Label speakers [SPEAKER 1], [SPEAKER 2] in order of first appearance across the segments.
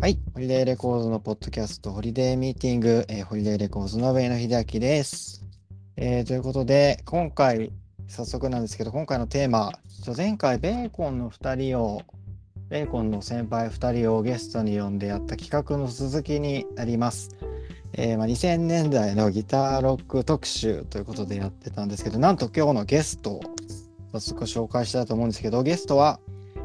[SPEAKER 1] はい。ホリデーレコーズのポッドキャスト、ホリデーミーティング、えーホリデーレコーズの上野秀明です、えーということで、今回、早速なんですけど、今回のテーマ、ちょ前回、ベーコンの2人を、ベーコンの先輩2人をゲストに呼んでやった企画の続きになります。えーまあ、2000年代のギターロック特集ということでやってたんですけど、なんと今日のゲストを早速紹介したいと思うんですけど、ゲストは、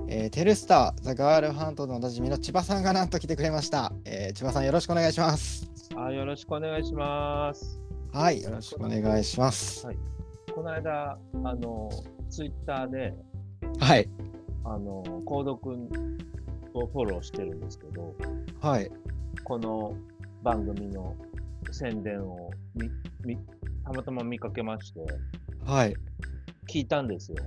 [SPEAKER 1] えーテルスター、ザ・ガールハントでおなじみの千葉さんがなんと来てくれました。えー千葉さんよろしくお願いします。
[SPEAKER 2] あよろしくお願いします。
[SPEAKER 1] はい、よろしくお願いします。
[SPEAKER 2] この間、あの、ツイッターで、
[SPEAKER 1] はい、
[SPEAKER 2] あの、コードくんをフォローしてるんですけど、はい、この番組の宣伝をみみたまたま見かけまして、はい、聞いたんですよ。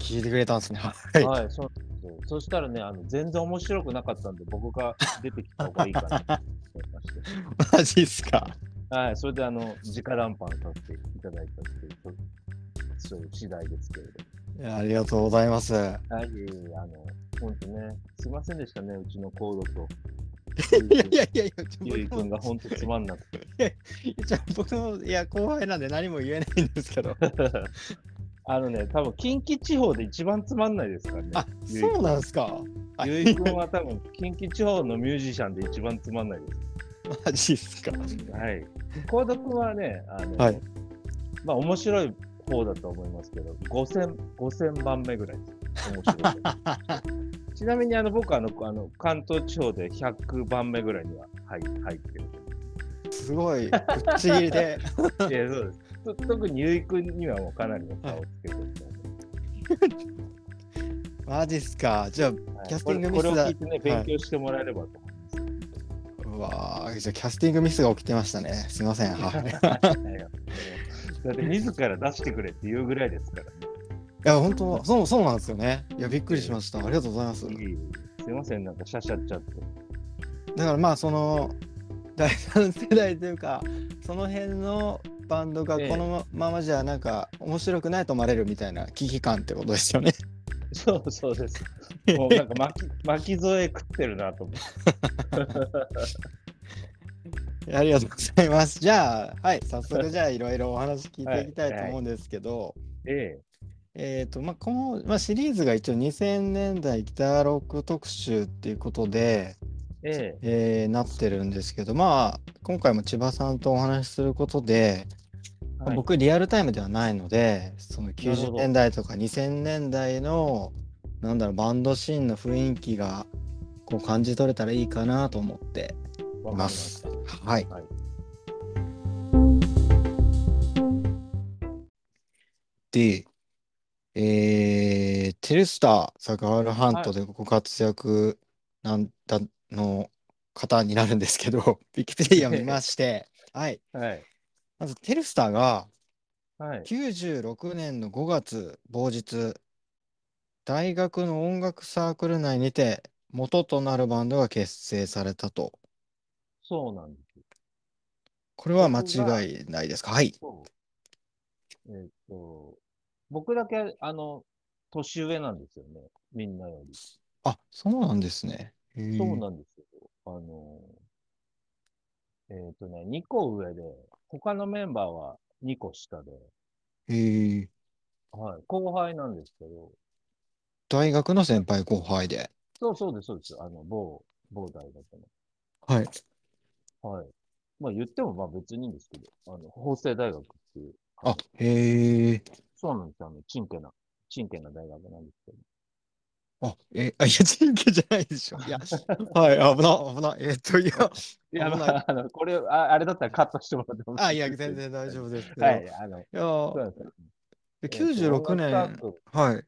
[SPEAKER 1] 聞いてくれたんですね。はい、
[SPEAKER 2] はい、そうなんですよ。そしたらね、あの、全然面白くなかったんで、僕が出てきた方がいいかなと思いまして。
[SPEAKER 1] マジっすか。
[SPEAKER 2] はい、それであの、直談判させていただいたっていうそう、そういう次第ですけれど。
[SPEAKER 1] いやありがとうございます。
[SPEAKER 2] はい、いえいえあの、本当ね、すいませんでしたね、うちのコードと。
[SPEAKER 1] いやいやいやいや、
[SPEAKER 2] ゆういくんが本当つまんなくて。
[SPEAKER 1] 一応僕のいや後輩なんで何も言えないんですけど。
[SPEAKER 2] あのね、多分近畿地方で一番つまんないですからね。
[SPEAKER 1] あ、そうなんですか。あ
[SPEAKER 2] ゆういくんは多分近畿地方のミュージシャンで一番つまんないで
[SPEAKER 1] マジっすか。
[SPEAKER 2] す。はい。コードくんはね、あの、
[SPEAKER 1] はい
[SPEAKER 2] まあ面白い方だと思いますけど、5000、5000番目ぐらいです。面白い 方。ちなみにあの僕はあのあの関東地方で100番目ぐらいには入入ってると思います
[SPEAKER 1] すごいぶっちぎり で。
[SPEAKER 2] いや、そうです。と特にゆいくんにはもうかなりの差をつけてると思
[SPEAKER 1] マジっすか。じゃあ
[SPEAKER 2] うはい
[SPEAKER 1] キャスティングミ
[SPEAKER 2] こ
[SPEAKER 1] スだ
[SPEAKER 2] れこれを聞いてね、
[SPEAKER 1] はい
[SPEAKER 2] 勉強してもらえればと思います。
[SPEAKER 1] うわーじゃあキャスティングミスが起きてましたね。すいません。はい。
[SPEAKER 2] はい だって自ら出してくれっていうぐらいですからね。
[SPEAKER 1] いや、本当、そう、そうなんですよね。いや、びっくりしました。ありがとうございます。だ
[SPEAKER 2] いいすいません、なんかシャシャっちゃって。
[SPEAKER 1] から、まあ、その。第三世代というか、その辺のバンドが
[SPEAKER 2] ええ
[SPEAKER 1] このままじゃ、なんか面白くないと思われるみたいな危機感ってことですよね。
[SPEAKER 2] そうそうです。 もうなんか巻き巻き添え食ってるなと思って。
[SPEAKER 1] ありがとうございます。じゃあ、はい、早速、じゃあ、いろいろお話聞いていきたいと思うんですけど。
[SPEAKER 2] え
[SPEAKER 1] えーとまあ、この、まあ、シリーズが一応2000年代ギターロック特集っていうことで、
[SPEAKER 2] え、ええ、
[SPEAKER 1] えーなってるんですけど、まあ、今回も千葉さんとお話しすることで、
[SPEAKER 2] はい
[SPEAKER 1] 僕リアルタイムではないのでその
[SPEAKER 2] なる
[SPEAKER 1] 90
[SPEAKER 2] ほど
[SPEAKER 1] 年代とか2000年代のなんだろうバンドシーンの雰囲気がこう感じ取れたらいいかなと思ってい
[SPEAKER 2] わかり
[SPEAKER 1] ま
[SPEAKER 2] ますす。。
[SPEAKER 1] はい、
[SPEAKER 2] はい
[SPEAKER 1] で、えー、テルスターサガールハントでご活躍なんだの方になるんですけど、 ウィキペディア見まして、はい、
[SPEAKER 2] はい。
[SPEAKER 1] まずテルスターが
[SPEAKER 2] はい。
[SPEAKER 1] 96年の5月某日大学の音楽サークル内にて元となるバンドが結成されたと
[SPEAKER 2] そうなんです。
[SPEAKER 1] これは間違いないですかはい
[SPEAKER 2] そう。えーっと、僕だけ、あの、年上なんですよね。みんなより。
[SPEAKER 1] あそうなんですねへー
[SPEAKER 2] そうなんですよ。あの、えーっとね、2個上で、他のメンバーは2個下で、
[SPEAKER 1] へー
[SPEAKER 2] はい、後輩なんですけど、
[SPEAKER 1] 大学の先輩後輩で
[SPEAKER 2] そうそうです、そうです。あの、某、某大学
[SPEAKER 1] はい
[SPEAKER 2] の。はい。まあ言っても、まあ別にいいんですけど、あの、法政大学っていう、
[SPEAKER 1] あへえ
[SPEAKER 2] そうなんですよ。あの、チンケな、チンケな大学なんですけど。
[SPEAKER 1] あえあいや人権じゃないでしょい やはい危な危なえっといや
[SPEAKER 2] いや、
[SPEAKER 1] 危ない
[SPEAKER 2] まあ、あの、これ、ああれだったらカットしてもらっても
[SPEAKER 1] あいや全然大丈夫ですけど、
[SPEAKER 2] はいい、あの、
[SPEAKER 1] や
[SPEAKER 2] そう
[SPEAKER 1] ー
[SPEAKER 2] なんですよ。
[SPEAKER 1] で96
[SPEAKER 2] えっと音楽サー
[SPEAKER 1] 年
[SPEAKER 2] クル
[SPEAKER 1] はい
[SPEAKER 2] ああ、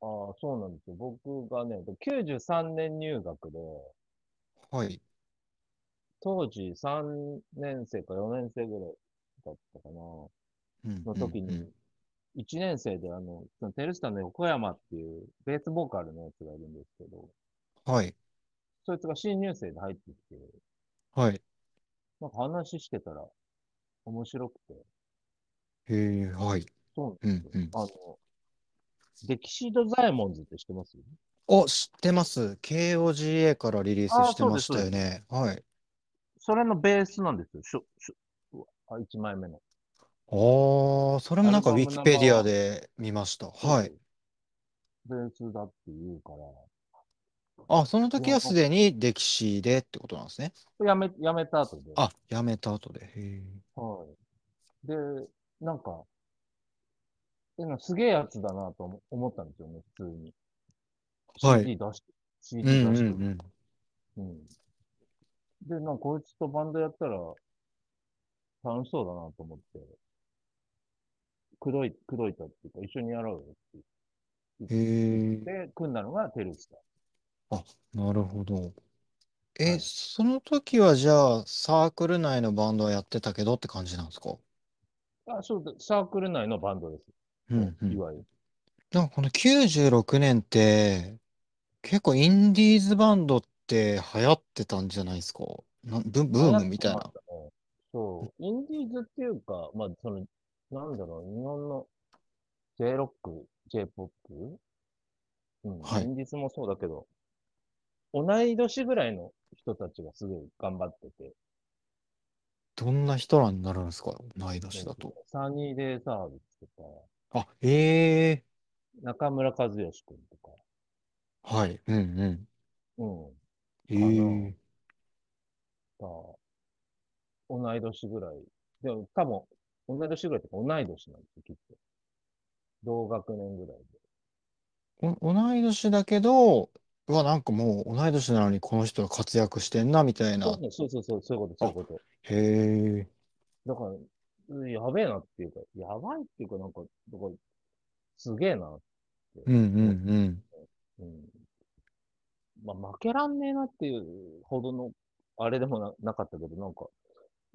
[SPEAKER 2] そうなんですよ。僕がね、93年入学で、
[SPEAKER 1] はい
[SPEAKER 2] 当時3年生か4年生ぐらいだったかな、の
[SPEAKER 1] の
[SPEAKER 2] 時に、1年生であの、そのテルスタの横山っていうベースボーカルのやつがいるんですけど、
[SPEAKER 1] はい
[SPEAKER 2] そいつが新入生で入ってきて、
[SPEAKER 1] はい
[SPEAKER 2] なんか話してたら面白くて、
[SPEAKER 1] へえ、はい。
[SPEAKER 2] そ
[SPEAKER 1] う
[SPEAKER 2] う
[SPEAKER 1] んうん。
[SPEAKER 2] あの、デキシードザイモンズって知ってます
[SPEAKER 1] お、知ってます。KOGA からリリースしてましたよね。はい。
[SPEAKER 2] それのベースなんですよ。しょしょあ1枚目の。
[SPEAKER 1] ああ、それもなんかウィキペディアで見ました。はい。。
[SPEAKER 2] ベースだっていうから
[SPEAKER 1] あ、その時はすでにデキシーでってことなんですね。
[SPEAKER 2] やめ、やめた後で。
[SPEAKER 1] あ、やめた後で。へ
[SPEAKER 2] はい。で、なんか、えなすげえやつだなと思ったんですよね、普通に。
[SPEAKER 1] はい。
[SPEAKER 2] CD 出して、CD
[SPEAKER 1] うん
[SPEAKER 2] 出
[SPEAKER 1] う
[SPEAKER 2] して。
[SPEAKER 1] ん
[SPEAKER 2] うん。で、なんかこいつとバンドやったら楽しそうだなと思って、黒い、黒いたっていうか、一緒にやろうよって言っ
[SPEAKER 1] うん。へえ。
[SPEAKER 2] て、組んだのがテルスだ。
[SPEAKER 1] あ、なるほど。
[SPEAKER 2] は
[SPEAKER 1] え、
[SPEAKER 2] い。
[SPEAKER 1] その時はじゃあサークル内のバンドはやってたけどって感じなんですか
[SPEAKER 2] あ、そうだ、サークル内のバンドです。
[SPEAKER 1] う
[SPEAKER 2] も
[SPEAKER 1] んう
[SPEAKER 2] う、い
[SPEAKER 1] ん。
[SPEAKER 2] わゆる。
[SPEAKER 1] なんかこの96年って結構インディーズバンドって流行ってたんじゃないですかなブ、
[SPEAKER 2] 流
[SPEAKER 1] ブー
[SPEAKER 2] 行
[SPEAKER 1] ム
[SPEAKER 2] っ
[SPEAKER 1] み
[SPEAKER 2] て
[SPEAKER 1] たい
[SPEAKER 2] まし
[SPEAKER 1] な。
[SPEAKER 2] たね。そう。インディーズっていうか、まあ、その、なんだろう、日本の J-Rock、J-Pop? うん、
[SPEAKER 1] は
[SPEAKER 2] イ
[SPEAKER 1] い。
[SPEAKER 2] ンディーズもそうだけど、同い年ぐらいの人たちがすごい頑張ってて、
[SPEAKER 1] どんな人らになるんですか同い
[SPEAKER 2] え
[SPEAKER 1] 年
[SPEAKER 2] っ
[SPEAKER 1] だ
[SPEAKER 2] と
[SPEAKER 1] と。
[SPEAKER 2] サニーデイサービスとか、
[SPEAKER 1] あ、ええ
[SPEAKER 2] 中村和義くんとか、
[SPEAKER 1] はい。うんうん。
[SPEAKER 2] うん、かな、
[SPEAKER 1] ええ
[SPEAKER 2] が同い年ぐらい。でも多分、同い年ぐらいっていうか同い年なんですよ、きっと。同学年ぐらいで。
[SPEAKER 1] お同い年だけど、うわ、なんかもう同い年なのにこの人が活躍してんな、みたい
[SPEAKER 2] そう
[SPEAKER 1] な。
[SPEAKER 2] そうそうそう、そういうこと、そういう
[SPEAKER 1] あ、
[SPEAKER 2] こと。
[SPEAKER 1] へえ。
[SPEAKER 2] だから、うんやべえなっていうか、やばいっていうか、なんか、だから、すげえなって
[SPEAKER 1] うん
[SPEAKER 2] 思っ
[SPEAKER 1] うんうん。
[SPEAKER 2] て、うん。まあ、負けらんねえなっていうほどの、あれでもな、なかったけど、なんか、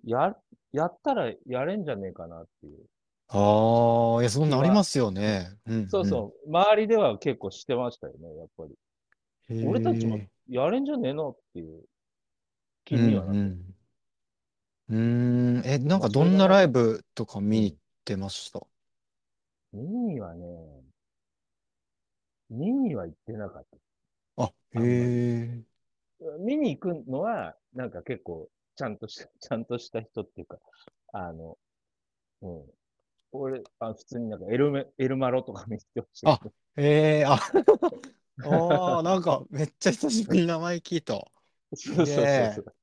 [SPEAKER 2] や、やったらやれんじゃねえかなっていう
[SPEAKER 1] ああ、いや、そん
[SPEAKER 2] 気
[SPEAKER 1] なありま
[SPEAKER 2] は、
[SPEAKER 1] すよね。うん
[SPEAKER 2] そう
[SPEAKER 1] うん。
[SPEAKER 2] そう、周りでは結構してましたよね、やっぱり。
[SPEAKER 1] へ
[SPEAKER 2] 俺たちも
[SPEAKER 1] え。
[SPEAKER 2] やれんじゃねえのっていう気
[SPEAKER 1] う
[SPEAKER 2] にはなってる。
[SPEAKER 1] んうん。うーん。え、なん
[SPEAKER 2] まあ、
[SPEAKER 1] か
[SPEAKER 2] そ
[SPEAKER 1] ど
[SPEAKER 2] れ
[SPEAKER 1] ん
[SPEAKER 2] が
[SPEAKER 1] な
[SPEAKER 2] なん
[SPEAKER 1] ライ
[SPEAKER 2] か、
[SPEAKER 1] ブとか
[SPEAKER 2] う
[SPEAKER 1] 見に行っ
[SPEAKER 2] ん。
[SPEAKER 1] てました
[SPEAKER 2] 2位はね、2位は行ってなかった、
[SPEAKER 1] あ、へ
[SPEAKER 2] あんまり。
[SPEAKER 1] え。
[SPEAKER 2] 見に行くのは、なんか結構、ちゃんとした、 ちゃんとした人っていうか、あの、うん。俺、あ、普通になんかエルメ、エルマロとか見てほしい
[SPEAKER 1] あ、
[SPEAKER 2] けど。
[SPEAKER 1] ええ、あ、 ああ、なんかめっちゃ久しぶりに名前聞いた。
[SPEAKER 2] そ
[SPEAKER 1] す
[SPEAKER 2] う
[SPEAKER 1] げ
[SPEAKER 2] そうそうそ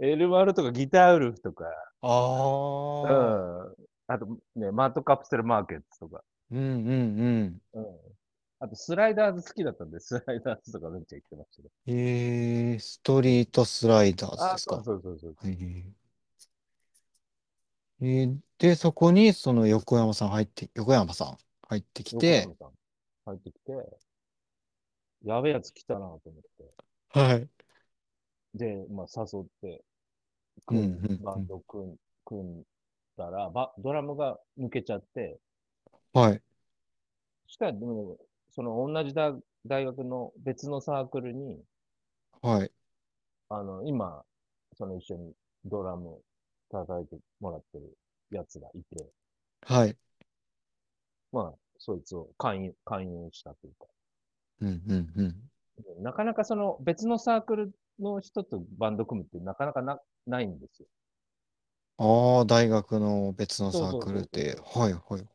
[SPEAKER 1] え。
[SPEAKER 2] う。エルマロとかギターウルフとか、う
[SPEAKER 1] ああ、
[SPEAKER 2] ん。あとね、マッドカプセルマーケットとか、
[SPEAKER 1] うんうんうん。
[SPEAKER 2] うん。あとスライダーズ好きだったんで、スライダーズとかめっちゃ行ってましたね。
[SPEAKER 1] ええ、ストリートスライダーズ
[SPEAKER 2] あ、
[SPEAKER 1] です
[SPEAKER 2] そう
[SPEAKER 1] か。
[SPEAKER 2] そうそうそう。
[SPEAKER 1] へええーで、そこにその横山さん入って、横山さん入ってき
[SPEAKER 2] 横
[SPEAKER 1] て、
[SPEAKER 2] 山さん入ってきて、やべえやつ来たなと思って。
[SPEAKER 1] はい。
[SPEAKER 2] で、まあ誘って、
[SPEAKER 1] うん
[SPEAKER 2] 組ん、
[SPEAKER 1] うん
[SPEAKER 2] バ
[SPEAKER 1] う
[SPEAKER 2] ン
[SPEAKER 1] ん。
[SPEAKER 2] ド組ん、組んだら、ば、ドラムが抜けちゃって、
[SPEAKER 1] はい。
[SPEAKER 2] したら、でも、その同じ大、大学の別のサークルに、
[SPEAKER 1] はい。
[SPEAKER 2] あの、今、その一緒にドラム叩いてもらってるやつがいて、
[SPEAKER 1] はい。
[SPEAKER 2] まあ、そいつを勧誘、勧誘したというか、
[SPEAKER 1] うんうんうん。
[SPEAKER 2] なかなかその別のサークルの人とバンド組むってなかなかな、ないんですよ。
[SPEAKER 1] ああ、大学の別の
[SPEAKER 2] そう
[SPEAKER 1] サー
[SPEAKER 2] そう
[SPEAKER 1] ク
[SPEAKER 2] そ
[SPEAKER 1] ル
[SPEAKER 2] うそう
[SPEAKER 1] で、
[SPEAKER 2] そう。
[SPEAKER 1] はいはいはい。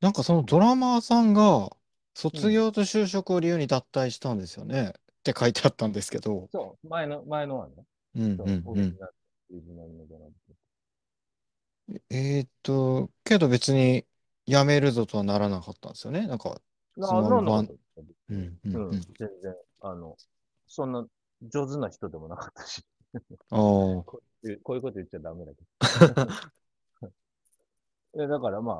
[SPEAKER 1] なんかそのドラマーさんが
[SPEAKER 2] う
[SPEAKER 1] 卒
[SPEAKER 2] ん。
[SPEAKER 1] 業と就職を理由に脱退したんですよねって書いてあったんですけど。
[SPEAKER 2] そう、前の、前のはね、
[SPEAKER 1] うんう
[SPEAKER 2] そう、オリジ
[SPEAKER 1] ん
[SPEAKER 2] ナル、オリジナルのドラム。
[SPEAKER 1] うん。えーっと、けど別に辞めるぞとはならなかったんですよね。なんか、
[SPEAKER 2] な、
[SPEAKER 1] そのま
[SPEAKER 2] なんな
[SPEAKER 1] まバ
[SPEAKER 2] かっ
[SPEAKER 1] ン、
[SPEAKER 2] たですね
[SPEAKER 1] う
[SPEAKER 2] 別に。
[SPEAKER 1] んう
[SPEAKER 2] うん、
[SPEAKER 1] うんん。
[SPEAKER 2] 全然、あの、そんな上手な人でもなかったし、
[SPEAKER 1] あ
[SPEAKER 2] こういうこういうこと言っちゃダメだけ
[SPEAKER 1] あ。
[SPEAKER 2] ど。 え、だからま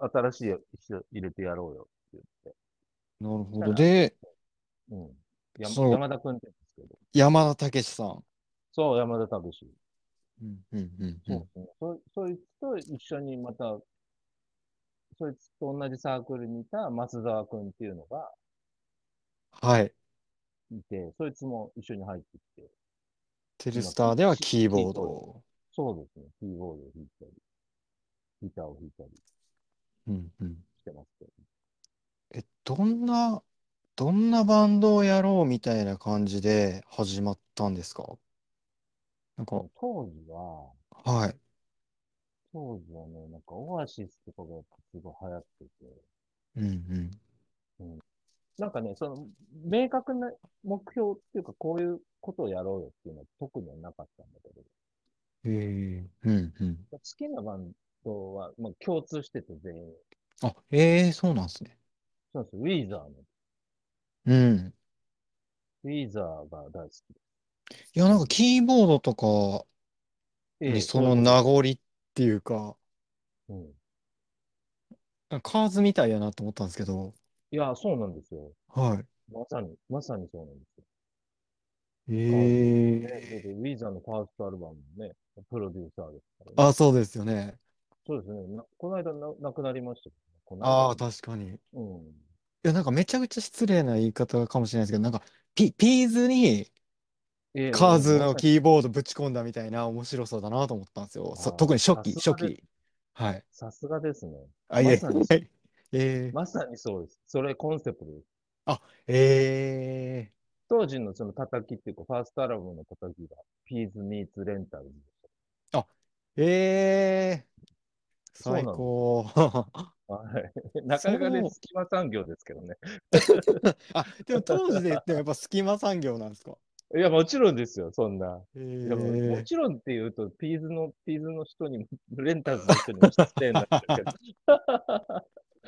[SPEAKER 2] あ、あ、新しい人入れてやろうよって言って。
[SPEAKER 1] なる
[SPEAKER 2] し
[SPEAKER 1] ほ
[SPEAKER 2] た
[SPEAKER 1] ど。
[SPEAKER 2] ら、
[SPEAKER 1] で、
[SPEAKER 2] うん、や、
[SPEAKER 1] その
[SPEAKER 2] 山田くんって言うんですけど、
[SPEAKER 1] 山田武史さん。
[SPEAKER 2] そう、山田拓司。
[SPEAKER 1] うんうんうんう。
[SPEAKER 2] そうんですね。そ、そいつと一緒にまた、そいつと同じサークルにいた松沢くんっていうのが
[SPEAKER 1] はい。
[SPEAKER 2] いて、そいつも一緒に入ってきて、
[SPEAKER 1] テル
[SPEAKER 2] 今
[SPEAKER 1] ス
[SPEAKER 2] キ
[SPEAKER 1] ター
[SPEAKER 2] ー、
[SPEAKER 1] では
[SPEAKER 2] キ
[SPEAKER 1] キー
[SPEAKER 2] キー
[SPEAKER 1] ボード
[SPEAKER 2] ボード。
[SPEAKER 1] を。
[SPEAKER 2] そうですね。キーボードを弾いたり、ギターを弾いたり
[SPEAKER 1] うんうん。
[SPEAKER 2] してますけど。
[SPEAKER 1] え、どんなどんなバンドをやろうみたいな感じで始まったんですかなんか、
[SPEAKER 2] 当時は、
[SPEAKER 1] はい。
[SPEAKER 2] 当時はね、なんかオアシスとかがすごい流行ってて、
[SPEAKER 1] うんうん。
[SPEAKER 2] なんかね、その、明確な目標っていうか、こういうことをやろうよっていうのは特にはなかったんだけど、
[SPEAKER 1] へえ。うんうん。
[SPEAKER 2] 好きなバンドは、まあ、共通してて全員。
[SPEAKER 1] あ、ええ、そうなんですね。
[SPEAKER 2] そうです。ウィーザーの。
[SPEAKER 1] うん。
[SPEAKER 2] ウィーザーが大好き。
[SPEAKER 1] いや、なんかキーボードとか
[SPEAKER 2] え
[SPEAKER 1] にその名残っていうか、
[SPEAKER 2] うん。
[SPEAKER 1] なんかカーズみたいやなと思ったんですけど、
[SPEAKER 2] いや、そうなんですよ。
[SPEAKER 1] は
[SPEAKER 2] まさに、まさにそうなんですよ。
[SPEAKER 1] い。
[SPEAKER 2] ね
[SPEAKER 1] ええ。
[SPEAKER 2] だってウィーザーのファーストアルバムのね、プロデューサーですからね、
[SPEAKER 1] あ、そうですよね。
[SPEAKER 2] そうですね。なこの間な、亡くなりましたけどね。この間
[SPEAKER 1] ああ、確かに。い
[SPEAKER 2] うん。
[SPEAKER 1] や、なんかめちゃくちゃ失礼な言い方かもしれないですけど、なんかピ、ピーズに
[SPEAKER 2] ええ
[SPEAKER 1] カーズのキーボードぶち込んだみたいな面白さだなと思ったんですよ。そ
[SPEAKER 2] あー
[SPEAKER 1] 特に初期、
[SPEAKER 2] さすが
[SPEAKER 1] 初期。はい。
[SPEAKER 2] さすがですね。
[SPEAKER 1] あ、いえ、
[SPEAKER 2] まさに
[SPEAKER 1] はいえー、
[SPEAKER 2] まさにそうです。それコンセプトです。
[SPEAKER 1] え
[SPEAKER 2] 当時のその叩きっていうか、ファーストアルバムの叩きが、ピーズ・ミーツ・レンタルズで
[SPEAKER 1] ー、
[SPEAKER 2] し
[SPEAKER 1] えー、
[SPEAKER 2] そうな
[SPEAKER 1] 最
[SPEAKER 2] の
[SPEAKER 1] 高。
[SPEAKER 2] た。はい。 なかなか
[SPEAKER 1] そ
[SPEAKER 2] ね、
[SPEAKER 1] う
[SPEAKER 2] 隙間産業ですけどね。
[SPEAKER 1] あ、でも当時で言ってもやっぱ隙間産業なんですか。
[SPEAKER 2] いや、もちろんですよ、そんな。
[SPEAKER 1] え
[SPEAKER 2] いやもうも
[SPEAKER 1] ー、
[SPEAKER 2] ちろんって言うと、ピーズの、ピーズの人にも、レンタルズの人にも失礼になっちゃうけど。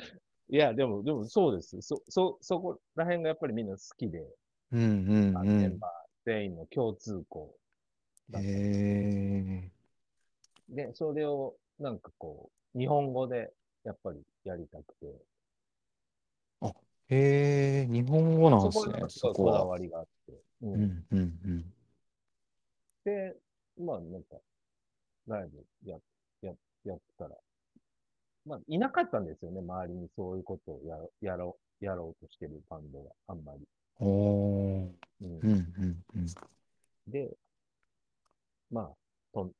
[SPEAKER 2] いや、でも、でもそうです。そ、そ、そこら辺がやっぱりみんな好きで、
[SPEAKER 1] うん
[SPEAKER 2] まあ
[SPEAKER 1] うんう
[SPEAKER 2] メン
[SPEAKER 1] ん。
[SPEAKER 2] バー全員の共通項。
[SPEAKER 1] え
[SPEAKER 2] で、それを、なんかこう、日本語で、やっぱりやりたくて。
[SPEAKER 1] ー、えー、日本語なん
[SPEAKER 2] そ
[SPEAKER 1] で
[SPEAKER 2] こ
[SPEAKER 1] す
[SPEAKER 2] に
[SPEAKER 1] ね
[SPEAKER 2] なん、かす
[SPEAKER 1] そ
[SPEAKER 2] ごい
[SPEAKER 1] こ
[SPEAKER 2] こだ
[SPEAKER 1] は。
[SPEAKER 2] わりがあって。う
[SPEAKER 1] うんんうんうん。
[SPEAKER 2] で、まあなんか、ライブや、や、やったら、まあいなかったんですよね、周りにそういうことをやろ、やろう、やろうとしてるバンドがあんまり。
[SPEAKER 1] おー、
[SPEAKER 2] うん
[SPEAKER 1] うんうんうん。
[SPEAKER 2] で、まあ、トン、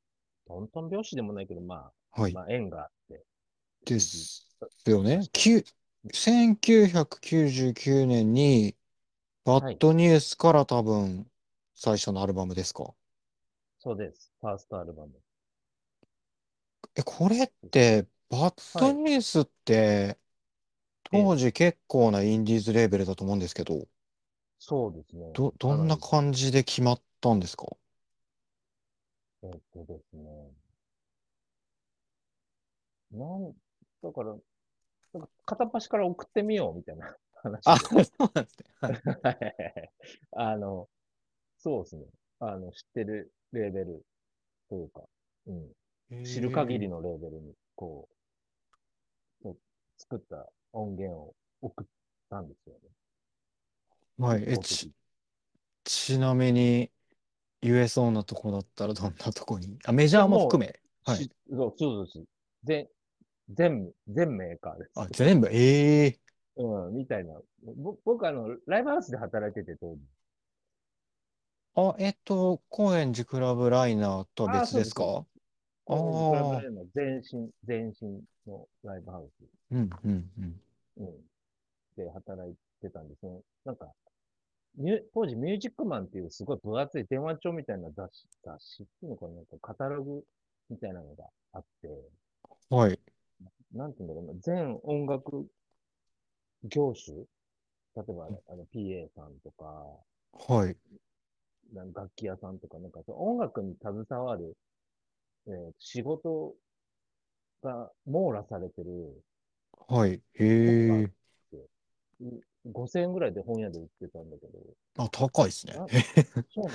[SPEAKER 2] トントン拍子でもないけど、ま
[SPEAKER 1] は
[SPEAKER 2] あ、
[SPEAKER 1] い。
[SPEAKER 2] まあ縁があって、
[SPEAKER 1] ですよね。きゅ1999年にバッドニュースから多分最初のアルバムですか。
[SPEAKER 2] そうです。ファーストアルバム。
[SPEAKER 1] え、これってバッドニュースって当時結構なインディーズレーベルだと思うんですけど、
[SPEAKER 2] そうですね。
[SPEAKER 1] ど、どんな
[SPEAKER 2] か
[SPEAKER 1] 感じで決まったんですか
[SPEAKER 2] えっとですね。なん、だから、なんか片っ端から送ってみようみたいな話
[SPEAKER 1] あ、そうなんですね。はい
[SPEAKER 2] で。 あの、そうですね。あの、知ってるレーベルというか、うん、知る限りのレーベルに、こう、そう作った音源を送ったんですよね。
[SPEAKER 1] はい。え、ち、ちなみに言えそうなとこだったらどんなとこにあ、メジャーも含め。はい
[SPEAKER 2] しそうそうそう。全、全、全メーカーです。
[SPEAKER 1] あ、全部。ええ
[SPEAKER 2] うん、みたいな。ぼ僕、あの、ライブハウスで働いてて、当時。
[SPEAKER 1] あ、えっと、高円寺クラブライナーとは
[SPEAKER 2] あー
[SPEAKER 1] 別
[SPEAKER 2] そ
[SPEAKER 1] で
[SPEAKER 2] うですす
[SPEAKER 1] かあ
[SPEAKER 2] クラブラ
[SPEAKER 1] あ
[SPEAKER 2] イ、ブの前身、前身のライブハウス、
[SPEAKER 1] うんうんうん。
[SPEAKER 2] うん、で働いてたんですね。なんか、ミュ当時ミュージックマンっていうすごい分厚い電話帳みたいな雑誌、雑誌っていうのかな、なんかカタログみたいなのがあって、
[SPEAKER 1] はい。
[SPEAKER 2] なんていうんだろうな、全音楽業種例えば、あの、PA さんとか、
[SPEAKER 1] はい。
[SPEAKER 2] なんか楽器屋さんとか、なんかそう音楽に携わる、えー仕事が網羅されてる、
[SPEAKER 1] はい。へえ。
[SPEAKER 2] 5000円ぐらいで本屋で売ってたんだけ
[SPEAKER 1] あ、高いですね。
[SPEAKER 2] ど、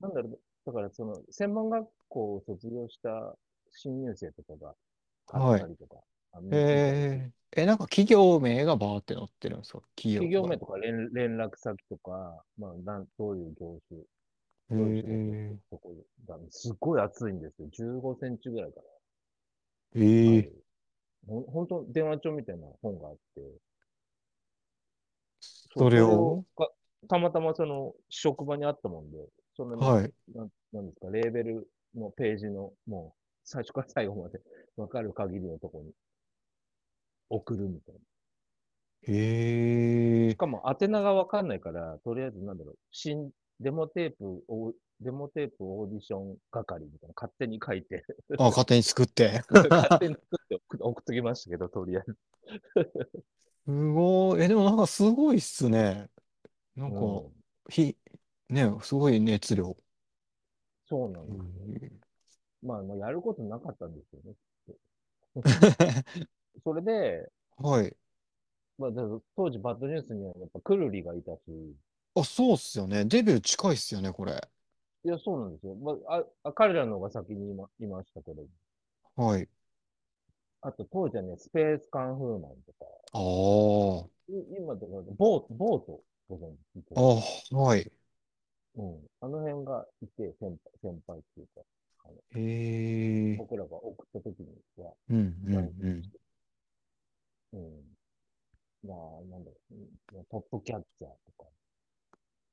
[SPEAKER 2] なそうなんですよなんだろう、だからその、専門学校を卒業した新入生とかが買ったりとか、あの
[SPEAKER 1] へえ。え、なんか企業名がバーって載ってるんですか企業
[SPEAKER 2] 企業名
[SPEAKER 1] と
[SPEAKER 2] とか連連絡先とか、まあなん、どういう業種、
[SPEAKER 1] か。へ
[SPEAKER 2] どういう
[SPEAKER 1] え。
[SPEAKER 2] とこが、すっごい厚いんですよ。15センチぐらいかな。
[SPEAKER 1] へえ。
[SPEAKER 2] ほん本当、電話帳みたいな本があって、
[SPEAKER 1] それを
[SPEAKER 2] がたまたまその職場にあったもんで、その、
[SPEAKER 1] はい。
[SPEAKER 2] なんなんですか、レーベルのページの、もう、最初から最後まで 分かる限りのとこに送るみたい
[SPEAKER 1] へえ。え
[SPEAKER 2] しかも宛名がわかんないから、とりあえずなんだろう、新、デモテープを、デモテープオーディション係みたいな、勝手に書いて、
[SPEAKER 1] あ、勝手に作って。
[SPEAKER 2] 勝手に作って送っ送っときましたけど、とりあえず。
[SPEAKER 1] すごい。え、でもなんかすごいっすね。なんか、
[SPEAKER 2] うん
[SPEAKER 1] ひ、ね、すごい熱量。
[SPEAKER 2] そうなんですよね。まあ、もうやることなかったんですよね。それで、
[SPEAKER 1] はい。
[SPEAKER 2] まあ、だから当時バッドニュースにはやっぱクルリがいたし、
[SPEAKER 1] あ、そうっすよね。デビュー近いっすよね、これ。
[SPEAKER 2] いや、そうなんですよ。まあ、ああ彼らの方が先にいまいましたけど、
[SPEAKER 1] はい。
[SPEAKER 2] あと当時はね、スペースカンフーマンとか、
[SPEAKER 1] あー
[SPEAKER 2] い今とか、ボート、ボート、ご存知
[SPEAKER 1] あ、はい。
[SPEAKER 2] うん。あの辺がいて、先輩、先輩っていうか、
[SPEAKER 1] へえ。
[SPEAKER 2] 僕らが送った時には、
[SPEAKER 1] うんうんうん。
[SPEAKER 2] うん。まあ、なんだろううん、トップキャッチャーとか、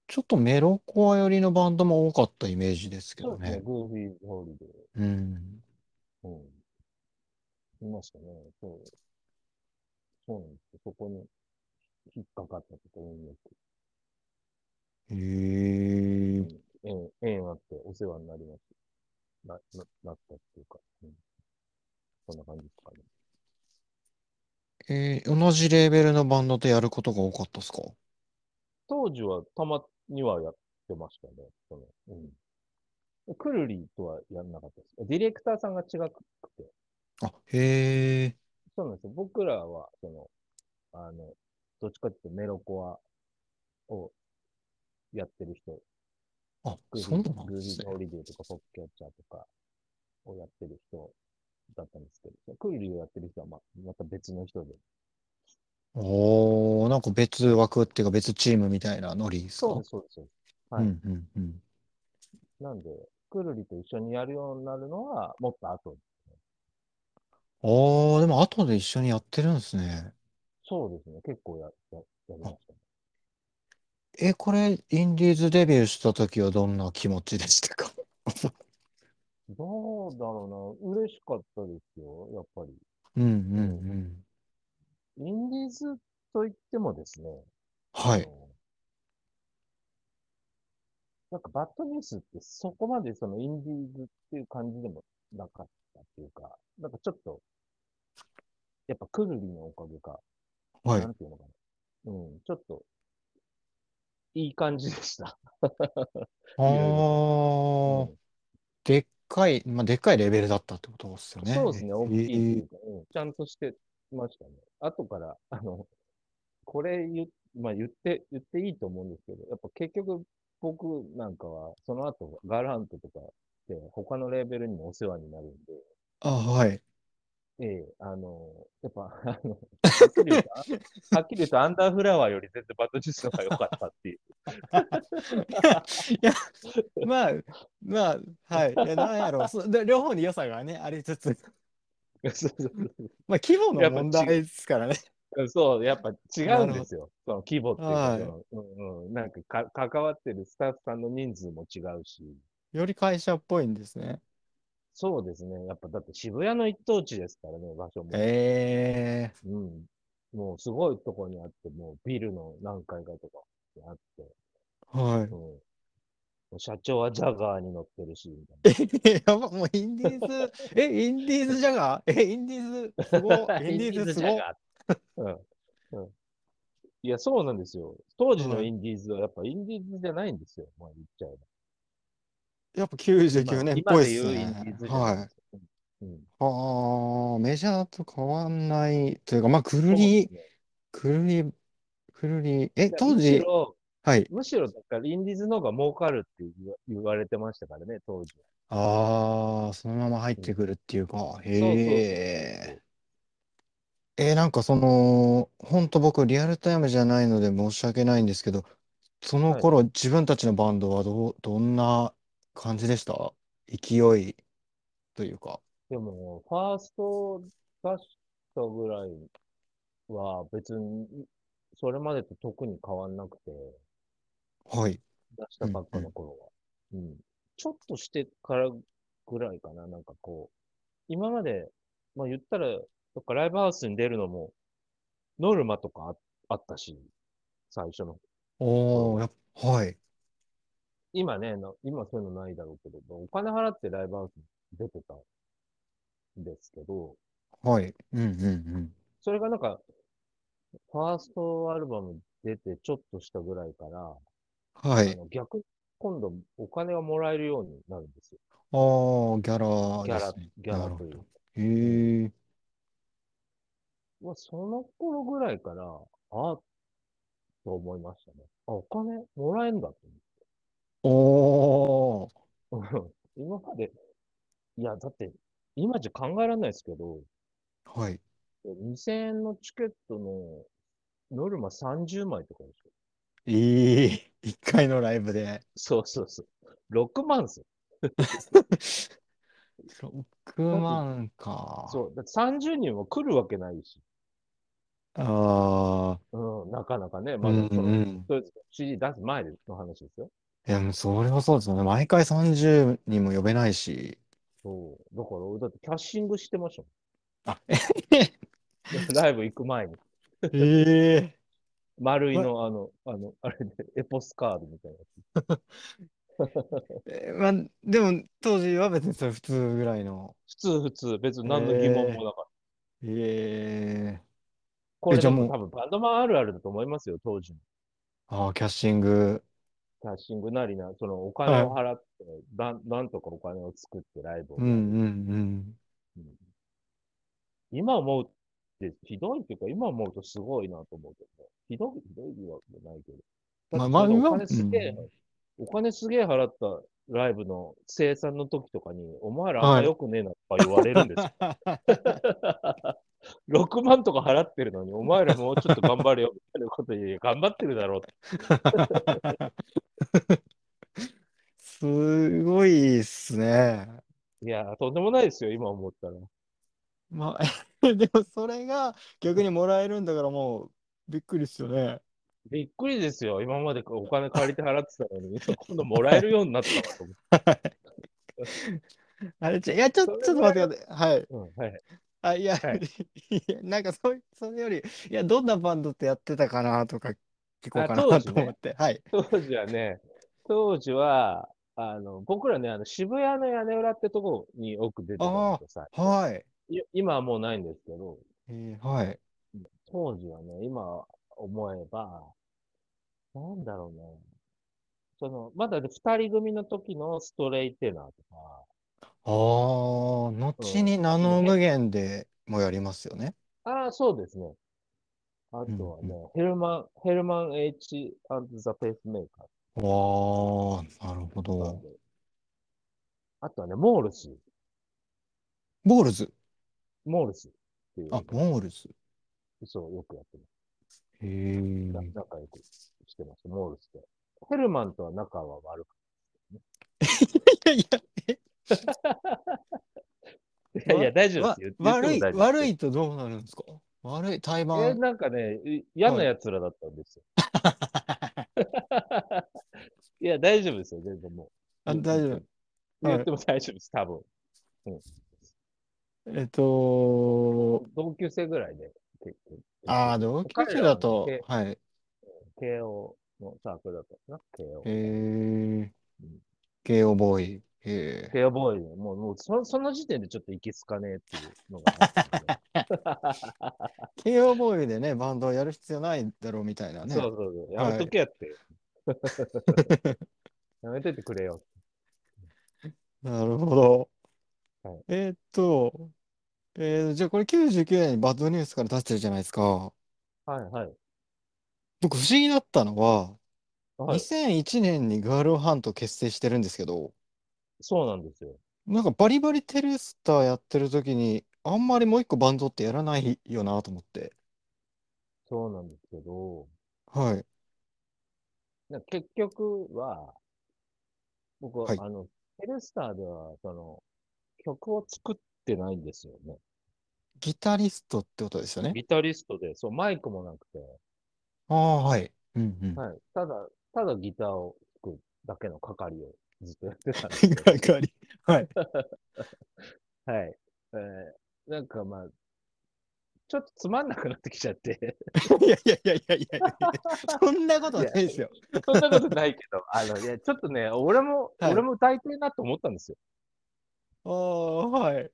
[SPEAKER 1] ちょっとメロコア寄りのバンドも多かったイメージですけ
[SPEAKER 2] そ
[SPEAKER 1] ど
[SPEAKER 2] うですね
[SPEAKER 1] ね。
[SPEAKER 2] グーフィーズホールで、
[SPEAKER 1] うん。
[SPEAKER 2] うん。いましたね。そう。そうなんですよ。そこに引っかかったところによ
[SPEAKER 1] へ
[SPEAKER 2] く、
[SPEAKER 1] え。
[SPEAKER 2] 縁、縁あってお世話になりました。な、な、なったっていうか、うん。そんな感じですかね。
[SPEAKER 1] えー同じレーベルのバンドでやることが多かったっすか
[SPEAKER 2] 当時はたまにはやってましたね。そのうん。クルリーとはやんなかったです。ディレクターさんが違くて。
[SPEAKER 1] あ、へえ。
[SPEAKER 2] そうなんですよ。僕らは、その、あの、どっちかっていうとメロコアをやってる人。
[SPEAKER 1] あ、
[SPEAKER 2] グーフ
[SPEAKER 1] そう
[SPEAKER 2] ィ
[SPEAKER 1] なん
[SPEAKER 2] グー
[SPEAKER 1] で
[SPEAKER 2] フィ
[SPEAKER 1] す
[SPEAKER 2] ーホリデーとかポップキャッチャーとかをやってる人だったんですけど、クルリーをやってる人はままた別の人で。
[SPEAKER 1] おー、なんか別枠っていうか別チームみたいなノリです
[SPEAKER 2] そう
[SPEAKER 1] か
[SPEAKER 2] です、そうです。
[SPEAKER 1] う
[SPEAKER 2] はい
[SPEAKER 1] んうんうん。
[SPEAKER 2] なんで、クルリーと一緒にやるようになるのはもっと後。
[SPEAKER 1] あー、でも後で一緒にやってるんですね。
[SPEAKER 2] そうですね。結構や、や、やりました。
[SPEAKER 1] え、これ、インディーズデビューした時はどんな気持ちでしたか
[SPEAKER 2] どうだろうな。嬉しかったですよ、やっぱり。
[SPEAKER 1] うんうんうん。
[SPEAKER 2] インディーズと言ってもですね。
[SPEAKER 1] は
[SPEAKER 2] あ
[SPEAKER 1] い。
[SPEAKER 2] のなんかバッドニュースってそこまでそのインディーズっていう感じでもなかったっていうか、なんかちょっと、やっぱクルリのおかげか、
[SPEAKER 1] はい
[SPEAKER 2] な。んていうのかな。うん、ちょっと、いい感じでした。
[SPEAKER 1] あー、
[SPEAKER 2] うん
[SPEAKER 1] でっかい、まあ、でっかいレベルだったってことですよね。
[SPEAKER 2] そうですね、大きいってい
[SPEAKER 1] え
[SPEAKER 2] うか、うんちゃんとしてましたね。後から、あの、これ言,、まあ、言って、言っていいと思うんですけど、やっぱ結局僕なんかは、その後、ガラントとかで他のレーベルにもお世話になるん
[SPEAKER 1] ーあ、はい。
[SPEAKER 2] で、ええあの、やっぱ、あの、はっきり言うと、あはっきり言うとアンダーフラワーより全然バッドジュースの方が良かったっていう。
[SPEAKER 1] いや、まあ、まあ、はい。いや、なんやろうそう。 で両方に良さがね、ありつつ。
[SPEAKER 2] そうそうそう
[SPEAKER 1] まあ、規模の問題ですからね。
[SPEAKER 2] そう、やっぱ違うんですよ。その規模っていう
[SPEAKER 1] はい
[SPEAKER 2] かその、うんうん、なんかか関わってるスタッフさんの人数も違うし。
[SPEAKER 1] より会社っぽいんですね。
[SPEAKER 2] そうですね。やっぱだって渋谷の一等地ですからね、場所も。
[SPEAKER 1] ええ
[SPEAKER 2] うん。もうすごいとこにあって、もうビルの何階かとかあって、
[SPEAKER 1] は
[SPEAKER 2] うん
[SPEAKER 1] い。。
[SPEAKER 2] もう社長はジャガーに乗ってるし、みた い
[SPEAKER 1] やば、もうインディーズ、え、インディーズジャガーえ、インディーズ、すご
[SPEAKER 2] な。
[SPEAKER 1] い、インディーズすごい。
[SPEAKER 2] ー。うん。うん。いや、そうなんですよ。当時の
[SPEAKER 1] はい
[SPEAKER 2] インディーズはやっぱインディーズじゃないんですよ。まあ言っちゃえば。
[SPEAKER 1] やっぱ99年っぽいっす
[SPEAKER 2] 今で言うインディ
[SPEAKER 1] ね
[SPEAKER 2] ー。ズじゃない
[SPEAKER 1] は
[SPEAKER 2] で
[SPEAKER 1] い。
[SPEAKER 2] すよ。うん。
[SPEAKER 1] ああ、メジャーと変わんないというか、まあ、く
[SPEAKER 2] そ
[SPEAKER 1] る
[SPEAKER 2] うで
[SPEAKER 1] り
[SPEAKER 2] す、ね
[SPEAKER 1] くるり、くるり、え、
[SPEAKER 2] いや
[SPEAKER 1] 当
[SPEAKER 2] むし
[SPEAKER 1] 時、
[SPEAKER 2] ろ、
[SPEAKER 1] はい。
[SPEAKER 2] むしろだからインディーズの方が儲かるって言わ言われてましたからね、当時は。
[SPEAKER 1] ああ、そのまま入ってくるっていうか、へ
[SPEAKER 2] そうそうそう
[SPEAKER 1] え。えーなんかその、ほんと僕リアルタイムじゃないので申し訳ないんですけど、その
[SPEAKER 2] はい
[SPEAKER 1] 頃自分たちのバンドはどう、どんな感じでした勢いというか。
[SPEAKER 2] でも、ファースト出したぐらいは別に、それまでと特に変わんなくて、
[SPEAKER 1] はい。
[SPEAKER 2] 出したばっかの頃は。うん。ちょっとしてからぐらいかな、なんかこう。今まで、まあ言ったら、どっかライブハウスに出るのも、ノルマとかああったし、最初の。
[SPEAKER 1] おお、やっぱはい。
[SPEAKER 2] 今ね、な今そういうのないだろうけど、お金払ってライブハウス出てたんですけど、
[SPEAKER 1] はい。うんうん
[SPEAKER 2] それがなんか、ファーストアルバム出てちょっとしたぐらいから、
[SPEAKER 1] うん。は
[SPEAKER 2] あ
[SPEAKER 1] い。
[SPEAKER 2] の逆に今度お金がもらえるようになるんですよ。
[SPEAKER 1] ああ、ギャラ
[SPEAKER 2] ギャ
[SPEAKER 1] で
[SPEAKER 2] ラ
[SPEAKER 1] すね、
[SPEAKER 2] ギャ
[SPEAKER 1] な
[SPEAKER 2] ラ
[SPEAKER 1] る
[SPEAKER 2] と
[SPEAKER 1] ほ
[SPEAKER 2] い
[SPEAKER 1] ど
[SPEAKER 2] う。
[SPEAKER 1] へえ。
[SPEAKER 2] まあ、その頃ぐらいから、ああ、と思いましたね。あ、お金もらえんだと
[SPEAKER 1] おお。
[SPEAKER 2] 思って。 うん今まで、いや、だって、今じゃ考えられないですけど、
[SPEAKER 1] はい。
[SPEAKER 2] 2000円のチケットのノルマ30枚とかでしょ。
[SPEAKER 1] ええ、 一回のライブで。
[SPEAKER 2] そうそうそう。6万ですよ。
[SPEAKER 1] 6万か。
[SPEAKER 2] そう。だって30人も来るわけないし。
[SPEAKER 1] あ
[SPEAKER 2] うん、なかなかね、
[SPEAKER 1] あ、
[SPEAKER 2] まだその、
[SPEAKER 1] うんうん。
[SPEAKER 2] そうです CD 出す前の話ですよ。
[SPEAKER 1] いや、もうそれはそうですよね。毎回30人も呼べない し。
[SPEAKER 2] そう。だから、俺だってキャッシングしてました
[SPEAKER 1] あ、
[SPEAKER 2] もん。 ライブ行く前に。
[SPEAKER 1] ええ。
[SPEAKER 2] 丸いの、あの、あの、あれで、エポスカードみたいなや
[SPEAKER 1] えーまあ、でも当時は別にそれ普通ぐらいの。
[SPEAKER 2] つ。普通、普通、別に何の疑問もなかった。
[SPEAKER 1] ええ
[SPEAKER 2] これ
[SPEAKER 1] えじ
[SPEAKER 2] で
[SPEAKER 1] ゃあもう
[SPEAKER 2] も多分バンドマンあるあるだと思いますよ、当時の。
[SPEAKER 1] ああ、キャッシング。
[SPEAKER 2] キャッシングなりな、そのお金を払って、なんなんとかお金を作ってライブを。
[SPEAKER 1] うんうんうん。
[SPEAKER 2] うん今思うって、ひどいっていうか、今思うとすごいなと思うけどね、ひどい、ひどいわけじゃないけど。
[SPEAKER 1] まあ
[SPEAKER 2] だって
[SPEAKER 1] まあ
[SPEAKER 2] お金すげえ
[SPEAKER 1] 今、
[SPEAKER 2] お金すげえ払ったライブの生産の時とかに、お前らあんま良くねえなとか言われる んですよ。6万とか払ってるのに、お前らもうちょっと頑張れよみたいなこと言え、頑張ってるだろうって。
[SPEAKER 1] すごいっすね。
[SPEAKER 2] いやー、とんでもないですよ、今思ったら。
[SPEAKER 1] まあ、 でもそれが逆にもらえるんだからもうびっくりっすよね。
[SPEAKER 2] びっくりですよ、今までお金借りて払ってたのに、今度もらえるようになったわと思って。
[SPEAKER 1] あれちょ、いや、ちょ、ちょっと待ってください。はい。
[SPEAKER 2] うん、はいはい。
[SPEAKER 1] あ、いや、
[SPEAKER 2] はい
[SPEAKER 1] いやなんかそう、それより、いや、どんなバンドってやってたかなとか聞こうか
[SPEAKER 2] あ当
[SPEAKER 1] な
[SPEAKER 2] 時
[SPEAKER 1] と
[SPEAKER 2] ね
[SPEAKER 1] 思って。はい。
[SPEAKER 2] 当時はね、当時は、あの、僕らね、あの渋谷の屋根裏ってとこに多く出てたんですよ、最初
[SPEAKER 1] はい。
[SPEAKER 2] い今はもうないんですけど、
[SPEAKER 1] えーはい。
[SPEAKER 2] 当時はね、今思えば、なんだろうね。その、まだね二人組の時のストレイテナーとか、
[SPEAKER 1] ああ、後にナノ無限でもやりますよね。
[SPEAKER 2] ああ、そうですね。あとはね、ヘルマン、ヘルマン H& ザ・ペースメーカー
[SPEAKER 1] わあ、なるほ
[SPEAKER 2] とか
[SPEAKER 1] ど。
[SPEAKER 2] であとはね、モールス、
[SPEAKER 1] モールズ。
[SPEAKER 2] モールスっていう
[SPEAKER 1] あ、、モールズ。
[SPEAKER 2] そう、よくやってます。
[SPEAKER 1] へえ。
[SPEAKER 2] な仲良くしてます、モールスで。ヘルマンとは仲は悪く
[SPEAKER 1] いやいや、
[SPEAKER 2] て。いやいや、大丈夫で
[SPEAKER 1] わ
[SPEAKER 2] すよ。
[SPEAKER 1] 悪い、
[SPEAKER 2] 言っても大丈夫
[SPEAKER 1] 悪いとどうなるんですか悪い、対
[SPEAKER 2] です。え
[SPEAKER 1] バン。
[SPEAKER 2] なんかね、い嫌な奴らだったんですよ。 いや、大丈夫ですよ、全然もう。
[SPEAKER 1] あ大丈夫。
[SPEAKER 2] 言っても大丈夫です、多分。
[SPEAKER 1] えっと、
[SPEAKER 2] 同級生ぐらいで、結局。
[SPEAKER 1] ああ、同級生だと、
[SPEAKER 2] 彼ら
[SPEAKER 1] はい。
[SPEAKER 2] 慶応のサークルだったかな、慶応
[SPEAKER 1] へ。え。慶応ボーイ。へえ。
[SPEAKER 2] 慶応ボーイで、もう、もうそ、その時点でちょっといけつかねえっていうのがあったんで。
[SPEAKER 1] 慶応ボーイでね、バンドをやる必要ないだろうみたい なね。
[SPEAKER 2] そうそうそう。やめとけやって。 やめといてくれよ。
[SPEAKER 1] なるほど
[SPEAKER 2] はい。
[SPEAKER 1] えーっと、えーじゃあこれ99年にバッドニュースから出してるじゃないですか。
[SPEAKER 2] はいはい。
[SPEAKER 1] 僕不思議だったのは、
[SPEAKER 2] はい、
[SPEAKER 1] 2001年にガールハント結成してるんですけど、
[SPEAKER 2] そうなんですよ。
[SPEAKER 1] なんかバリバリテルスターやってる時に、あんまりもう一個バンドってやらないよなと思って。
[SPEAKER 2] そうなんですけど、
[SPEAKER 1] はい。
[SPEAKER 2] な結局は、僕は、
[SPEAKER 1] はい
[SPEAKER 2] あの、ヘルスターでは、その、曲を作ってないんですよね。
[SPEAKER 1] ギタリストってことですよね。
[SPEAKER 2] ギタリストで、そう、マイクもなくて、
[SPEAKER 1] ああ、はい。うんうん。
[SPEAKER 2] はい。ただ、ただギターを弾くだけの係をずっとやってた んですけど、
[SPEAKER 1] がかり。はい。
[SPEAKER 2] はい。えーなんかまあ、ちょっとつまんなくなってきちゃ って、
[SPEAKER 1] いやいやいやいやいやいや、そんなことはないですよ。
[SPEAKER 2] そんなことないけど、あの、いや、ちょっとね、俺も、
[SPEAKER 1] はい
[SPEAKER 2] 俺も歌いたいなと思ったんですよ。
[SPEAKER 1] おーはい。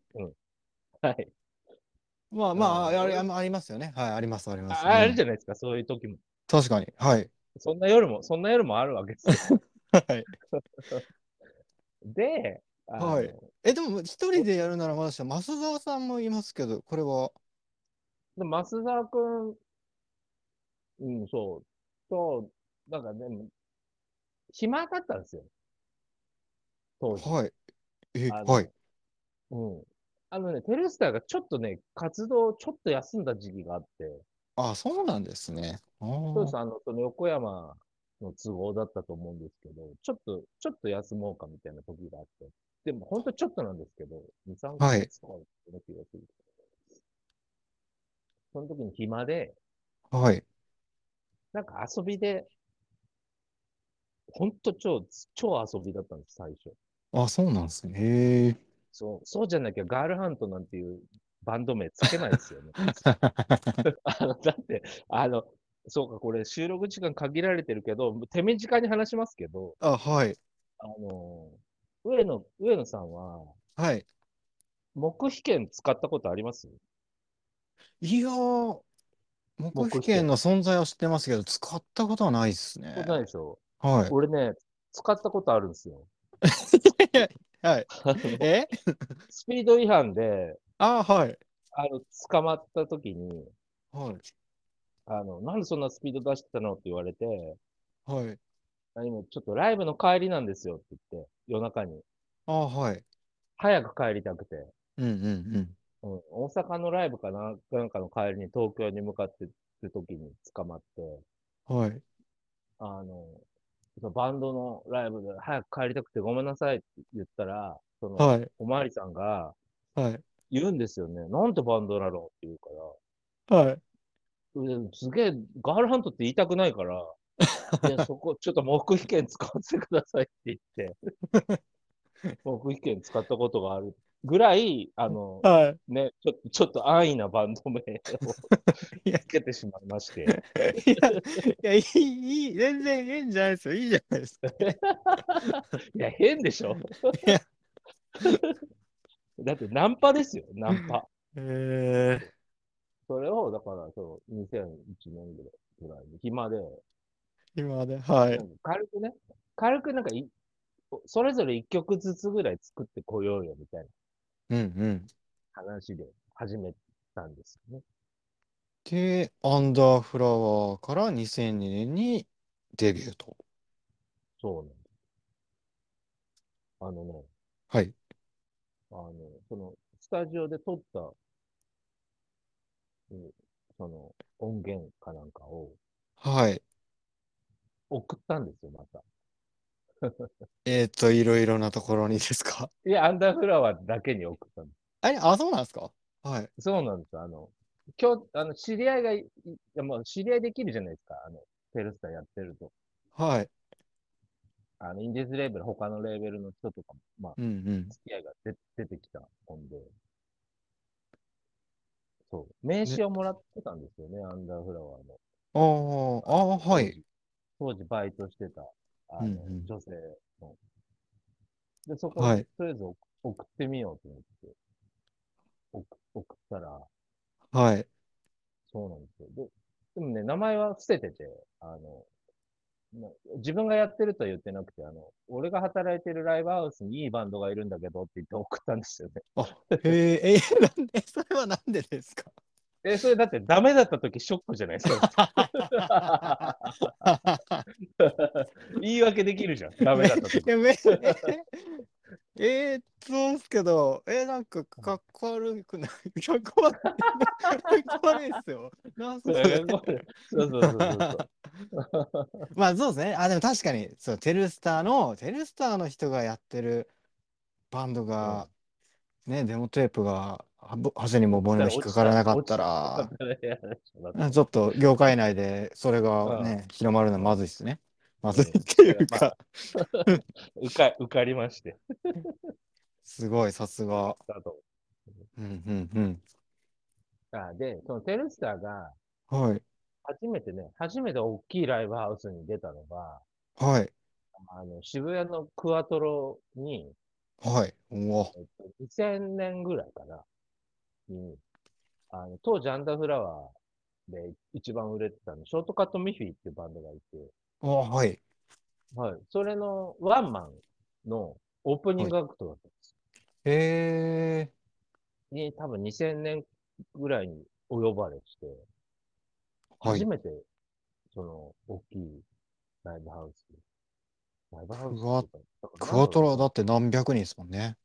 [SPEAKER 2] はい。
[SPEAKER 1] まあまあ、
[SPEAKER 2] うん
[SPEAKER 1] あれあありますよね。はい、あります、あります。
[SPEAKER 2] ああ
[SPEAKER 1] う
[SPEAKER 2] る
[SPEAKER 1] ん
[SPEAKER 2] じゃないですか、そういう時も。
[SPEAKER 1] 確かに。はい。
[SPEAKER 2] そんな夜も、そんな夜もあるわけで すよ。
[SPEAKER 1] はい、
[SPEAKER 2] で、あの
[SPEAKER 1] はいえ、でも、一人でやるならまだしも、増沢さんもいますけど、これは。
[SPEAKER 2] で、増沢くん、うん、そう、と、なんかでも、暇だったんですよ。当時。
[SPEAKER 1] はい。え、
[SPEAKER 2] あの
[SPEAKER 1] はい。。
[SPEAKER 2] うん。あのね、テレスターがちょっとね、活動をちょっと休んだ時期があって、
[SPEAKER 1] あ、そうなんですね。あー
[SPEAKER 2] そうです、あの、その横山の都合だったと思うんですけど、ちょっと、ちょっと休もうかみたいな時があって、でも本当ちょっとなんですけど、2、3ヶ
[SPEAKER 1] はい
[SPEAKER 2] 月とかだったような気がする。その時に暇で、
[SPEAKER 1] はい。
[SPEAKER 2] なんか遊びで、ほんと超、超遊びだったんです、最初。
[SPEAKER 1] あ、そうなんですね。へえ。
[SPEAKER 2] そう、そうじゃなきゃガールハントなんていうバンド名つけないです よね。あの、だって、あの、そうか、これ収録時間限られてるけど、手短に話しますけど、
[SPEAKER 1] あ、はい。
[SPEAKER 2] あの、上野、上野さんは、
[SPEAKER 1] はい。
[SPEAKER 2] 黙秘権使ったことあります
[SPEAKER 1] いやー、
[SPEAKER 2] 黙
[SPEAKER 1] 黙
[SPEAKER 2] 秘
[SPEAKER 1] 秘
[SPEAKER 2] 権
[SPEAKER 1] 権の存在は知ってますけど、使ったことはないですね。
[SPEAKER 2] ないでしょ
[SPEAKER 1] はい。
[SPEAKER 2] 俺ね、使ったことあるんですよ。
[SPEAKER 1] はい。
[SPEAKER 2] あの
[SPEAKER 1] え
[SPEAKER 2] スピード違反で、
[SPEAKER 1] あ、はい。
[SPEAKER 2] あの、捕まった時に、
[SPEAKER 1] はい。
[SPEAKER 2] あの、なんでそんなスピード出してたのって言われて、
[SPEAKER 1] はい。
[SPEAKER 2] あ今ちょっとライブの帰りなんですよって言って、夜中に。
[SPEAKER 1] あ、はい。
[SPEAKER 2] 早く帰りたくて。
[SPEAKER 1] うんうんうん。
[SPEAKER 2] うん、大阪のライブかななんかの帰りに東京に向かってる時に捕まって、
[SPEAKER 1] はい。
[SPEAKER 2] あの、そのバンドのライブで早く帰りたくてごめんなさいって言ったら、その、
[SPEAKER 1] はい。
[SPEAKER 2] おまわりさんが
[SPEAKER 1] はい。
[SPEAKER 2] 言うんですよね。なんてバンドなのって言うから。
[SPEAKER 1] はい。
[SPEAKER 2] うんすげえ、ガールハントって言いたくないから、 いや、そこ、ちょっと黙秘権使わせてくださいって 言って、黙秘権使ったことがあるぐらい、あの、
[SPEAKER 1] はい。
[SPEAKER 2] ね、ちょっと、ちょっと安易なバンド名を
[SPEAKER 1] いや
[SPEAKER 2] つけてしまいまして、
[SPEAKER 1] いや、いや、いい、いい、全然いいんじゃないですよ。いいじゃないですか。
[SPEAKER 2] いや、変でし ょ
[SPEAKER 1] いや
[SPEAKER 2] だってナンパですよ、ナンパ。
[SPEAKER 1] えー、
[SPEAKER 2] それを、だから、そう、2001年ぐらいに暇で、
[SPEAKER 1] 今まで。はい。
[SPEAKER 2] 軽くね、軽くなんかい、それぞれ一曲ずつぐらい作ってこようよみたいな
[SPEAKER 1] うんうん。
[SPEAKER 2] 話で始めたんですよね。
[SPEAKER 1] で、アンダーフラワーから2002年にデビューと。
[SPEAKER 2] そうなんです。あのね、
[SPEAKER 1] はい。
[SPEAKER 2] あの、その、スタジオで撮った、うんその、音源かなんかを
[SPEAKER 1] はい。
[SPEAKER 2] 送ったんですよ、また。
[SPEAKER 1] えっと、いろいろなところにですか。
[SPEAKER 2] いや、アンダーフラワーだけに送ったんで
[SPEAKER 1] あれ、あ、そうなんですか。はい。
[SPEAKER 2] す。そうなんです。あの、今日、あの、知り合いがい、いやもう知り合いできるじゃないですか、あの、ペルスターやってると。
[SPEAKER 1] はい。
[SPEAKER 2] あの、インディーズレーベル、他のレーベルの人とかも、まあ、
[SPEAKER 1] うんうん。
[SPEAKER 2] 付き合いが出出てきたもんで。そう。名刺をもらってたんですよね、アンダーフラワーの。
[SPEAKER 1] あーあー、はい。
[SPEAKER 2] 当時バイトしてた、あの、
[SPEAKER 1] うんうん
[SPEAKER 2] 女性の。で、そこ、
[SPEAKER 1] はい
[SPEAKER 2] とりあえず送送ってみようと思って、送送ったら、
[SPEAKER 1] はい。
[SPEAKER 2] そうなんですよ。で、でもね、名前は伏せてて、あの、な自分がやってるとは言ってなくて、あの、俺が働いてるライブハウスにいいバンドがいるんだけどって言って送ったんですよね。
[SPEAKER 1] へえ、え、なんで、それはなんでですか。
[SPEAKER 2] え、それだってダメだった時ショックじゃないですか。言い訳できるじゃん。ダメだった 時。
[SPEAKER 1] いやめえーっと、そうですけど、えー、なんかかっこ悪くない、 かっこ悪い、かっこ悪いですよ。なんす
[SPEAKER 2] そ
[SPEAKER 1] か
[SPEAKER 2] うそうそうそうそう。
[SPEAKER 1] まあそうですね。あ、でも確かに、そう、テルスターの、テルスターの人がやってるバンドが、ね、デモテープが、はぼハセにも棒にも引っかからなかったら、あちょっと業界内でそれがね、広まるのはまずいですね。まずいっていう
[SPEAKER 2] ま
[SPEAKER 1] か、
[SPEAKER 2] 受か受かりまして。
[SPEAKER 1] すごい、さすが。
[SPEAKER 2] だと
[SPEAKER 1] うんうんうん。
[SPEAKER 2] あで、そのテルスターが、
[SPEAKER 1] はい。
[SPEAKER 2] 初めてね、初めて大きいライブハウスに出たのが、
[SPEAKER 1] はい。
[SPEAKER 2] あの渋谷のクアトロに、
[SPEAKER 1] はい。うわ。
[SPEAKER 2] えっと、2000年ぐらいかな、に、あの当時アンダーフラワーで一番売れてたの、ショートカットミフィーっていうバンドがいて、
[SPEAKER 1] あはい。
[SPEAKER 2] はい、それのワンマンのオープニングアクトだったんです
[SPEAKER 1] へえ。
[SPEAKER 2] よ。に、多分2000年ぐらいにお呼ばれして、
[SPEAKER 1] は
[SPEAKER 2] 初
[SPEAKER 1] い。
[SPEAKER 2] めて、その、大きいライブハウス。ライブハウス
[SPEAKER 1] クワ
[SPEAKER 2] っていうか
[SPEAKER 1] クワトロだって何百人ですもんね。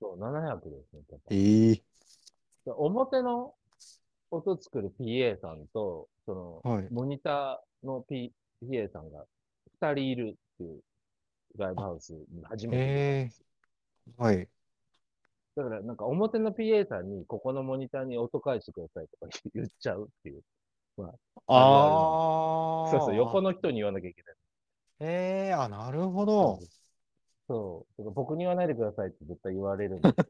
[SPEAKER 2] そう、700ですね。
[SPEAKER 1] えー。
[SPEAKER 2] で表の音作る PA さんと、その、
[SPEAKER 1] はい。
[SPEAKER 2] モニターの、P、PA さんが2人いるっていうライブハウスに初めて出たんですよ。
[SPEAKER 1] はい。
[SPEAKER 2] だから、なんか表の PA さんに、ここのモニターに音返してくださいとか言っちゃうっていう。
[SPEAKER 1] ああ。
[SPEAKER 2] そうそう、横の人に言わなきゃいけない。
[SPEAKER 1] ええー、あ、なるほど。
[SPEAKER 2] そう。だから僕に言わないでくださいって絶対言われるんで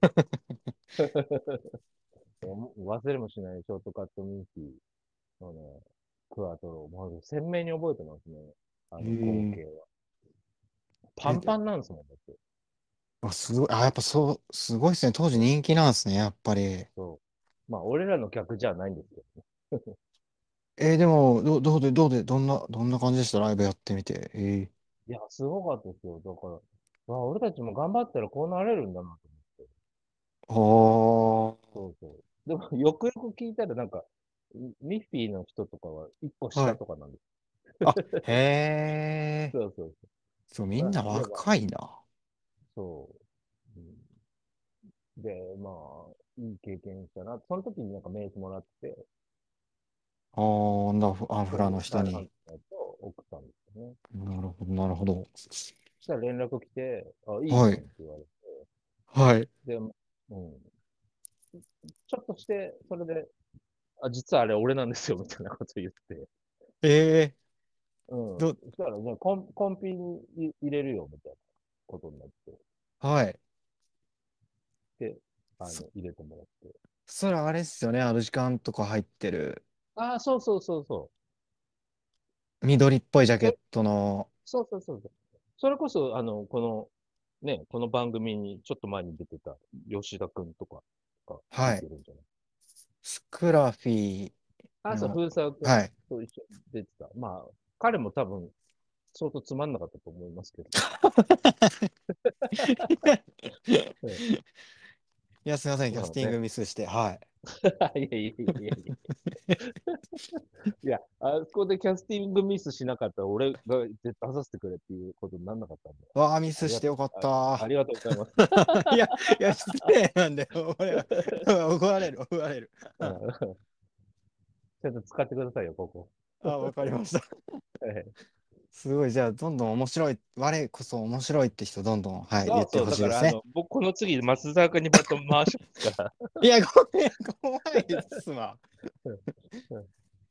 [SPEAKER 2] 忘れもしないショートカットミンキーのね、クワトロ、もう鮮明に覚えてますね。あの
[SPEAKER 1] へー
[SPEAKER 2] 光景は。パンパンなんですもん、だって。
[SPEAKER 1] あ、すごい。あ、やっぱそう、すごいですね。当時人気なんですね、やっぱり。
[SPEAKER 2] そう。まあ、俺らの客じゃないんですけどね。
[SPEAKER 1] えー、でも、ど、どうで、どうで、どんな、どんな感じでしたライブやってみて。えー、
[SPEAKER 2] いや、すごかったですよ。だから、うわ俺たちも頑張ったらこうなれるんだなと
[SPEAKER 1] あー
[SPEAKER 2] 思って。そうそう。でも、よくよく聞いたら、なんか、ミッフィーの人とかは1個下とかなんです。
[SPEAKER 1] へえ。
[SPEAKER 2] そうそう
[SPEAKER 1] そう、みんな若いな。
[SPEAKER 2] そう。うん、で、まあ、いい経験したな。その時になんか名刺もらって、
[SPEAKER 1] ああ、なんだ、フアンフラの下に。
[SPEAKER 2] と
[SPEAKER 1] なる
[SPEAKER 2] 奥さんですよね。
[SPEAKER 1] ほど、なるほど。
[SPEAKER 2] そしたら連絡来て、あ、いい
[SPEAKER 1] は
[SPEAKER 2] ね
[SPEAKER 1] い
[SPEAKER 2] って言われ
[SPEAKER 1] はい。
[SPEAKER 2] て、で、うん。ちょっとして、それで、あ、実はあれ俺なんですよ、みたいなこと言って。
[SPEAKER 1] ええ
[SPEAKER 2] うん。
[SPEAKER 1] ど
[SPEAKER 2] そしたら、ね、コンコンピに入れるよ、みたいなことになって、
[SPEAKER 1] はい。
[SPEAKER 2] あの
[SPEAKER 1] そ
[SPEAKER 2] 入れてもらって。
[SPEAKER 1] それあれっすよね、あの時間とか入ってる、
[SPEAKER 2] ああ、そうそうそうそう。
[SPEAKER 1] 緑っぽいジャケットの、
[SPEAKER 2] そうそうそうそう。それこそ、あの、この、ね、この番組にちょっと前に出てた吉田くんとかが
[SPEAKER 1] はい
[SPEAKER 2] 出てるんじゃない
[SPEAKER 1] スクラフィ
[SPEAKER 2] あ、そう、
[SPEAKER 1] うん
[SPEAKER 2] 風沢く
[SPEAKER 1] ー。
[SPEAKER 2] ん
[SPEAKER 1] はい。
[SPEAKER 2] と一緒に出てた。まあ、彼も多分、相当つまんなかったと思いますけど。
[SPEAKER 1] いや、すみません、キャスティングミスして。はい。
[SPEAKER 2] いやいやいやいやいや。 いや、あそこでキャスティングミスしなかったら、俺が出させてくれっていうことにならなかったんで。
[SPEAKER 1] わあ、ミスしてよかっ
[SPEAKER 2] あ
[SPEAKER 1] た。
[SPEAKER 2] りがとうございます。
[SPEAKER 1] いや、いや、失礼なんだよ。俺は怒られる、怒られる。
[SPEAKER 2] うん ちょっと使ってくださいよ、ここ。
[SPEAKER 1] あ、わかりました。
[SPEAKER 2] ええ
[SPEAKER 1] すごい、じゃあ、どんどん面白い、我こそ面白いって人、どんどん、はい、
[SPEAKER 2] そう
[SPEAKER 1] 言って
[SPEAKER 2] そう
[SPEAKER 1] ほ
[SPEAKER 2] だ
[SPEAKER 1] しい
[SPEAKER 2] か
[SPEAKER 1] で
[SPEAKER 2] ら
[SPEAKER 1] す
[SPEAKER 2] あ
[SPEAKER 1] ね。
[SPEAKER 2] の僕、この次、松坂にバトン回しますから。
[SPEAKER 1] いや、ごめん、怖いですわ。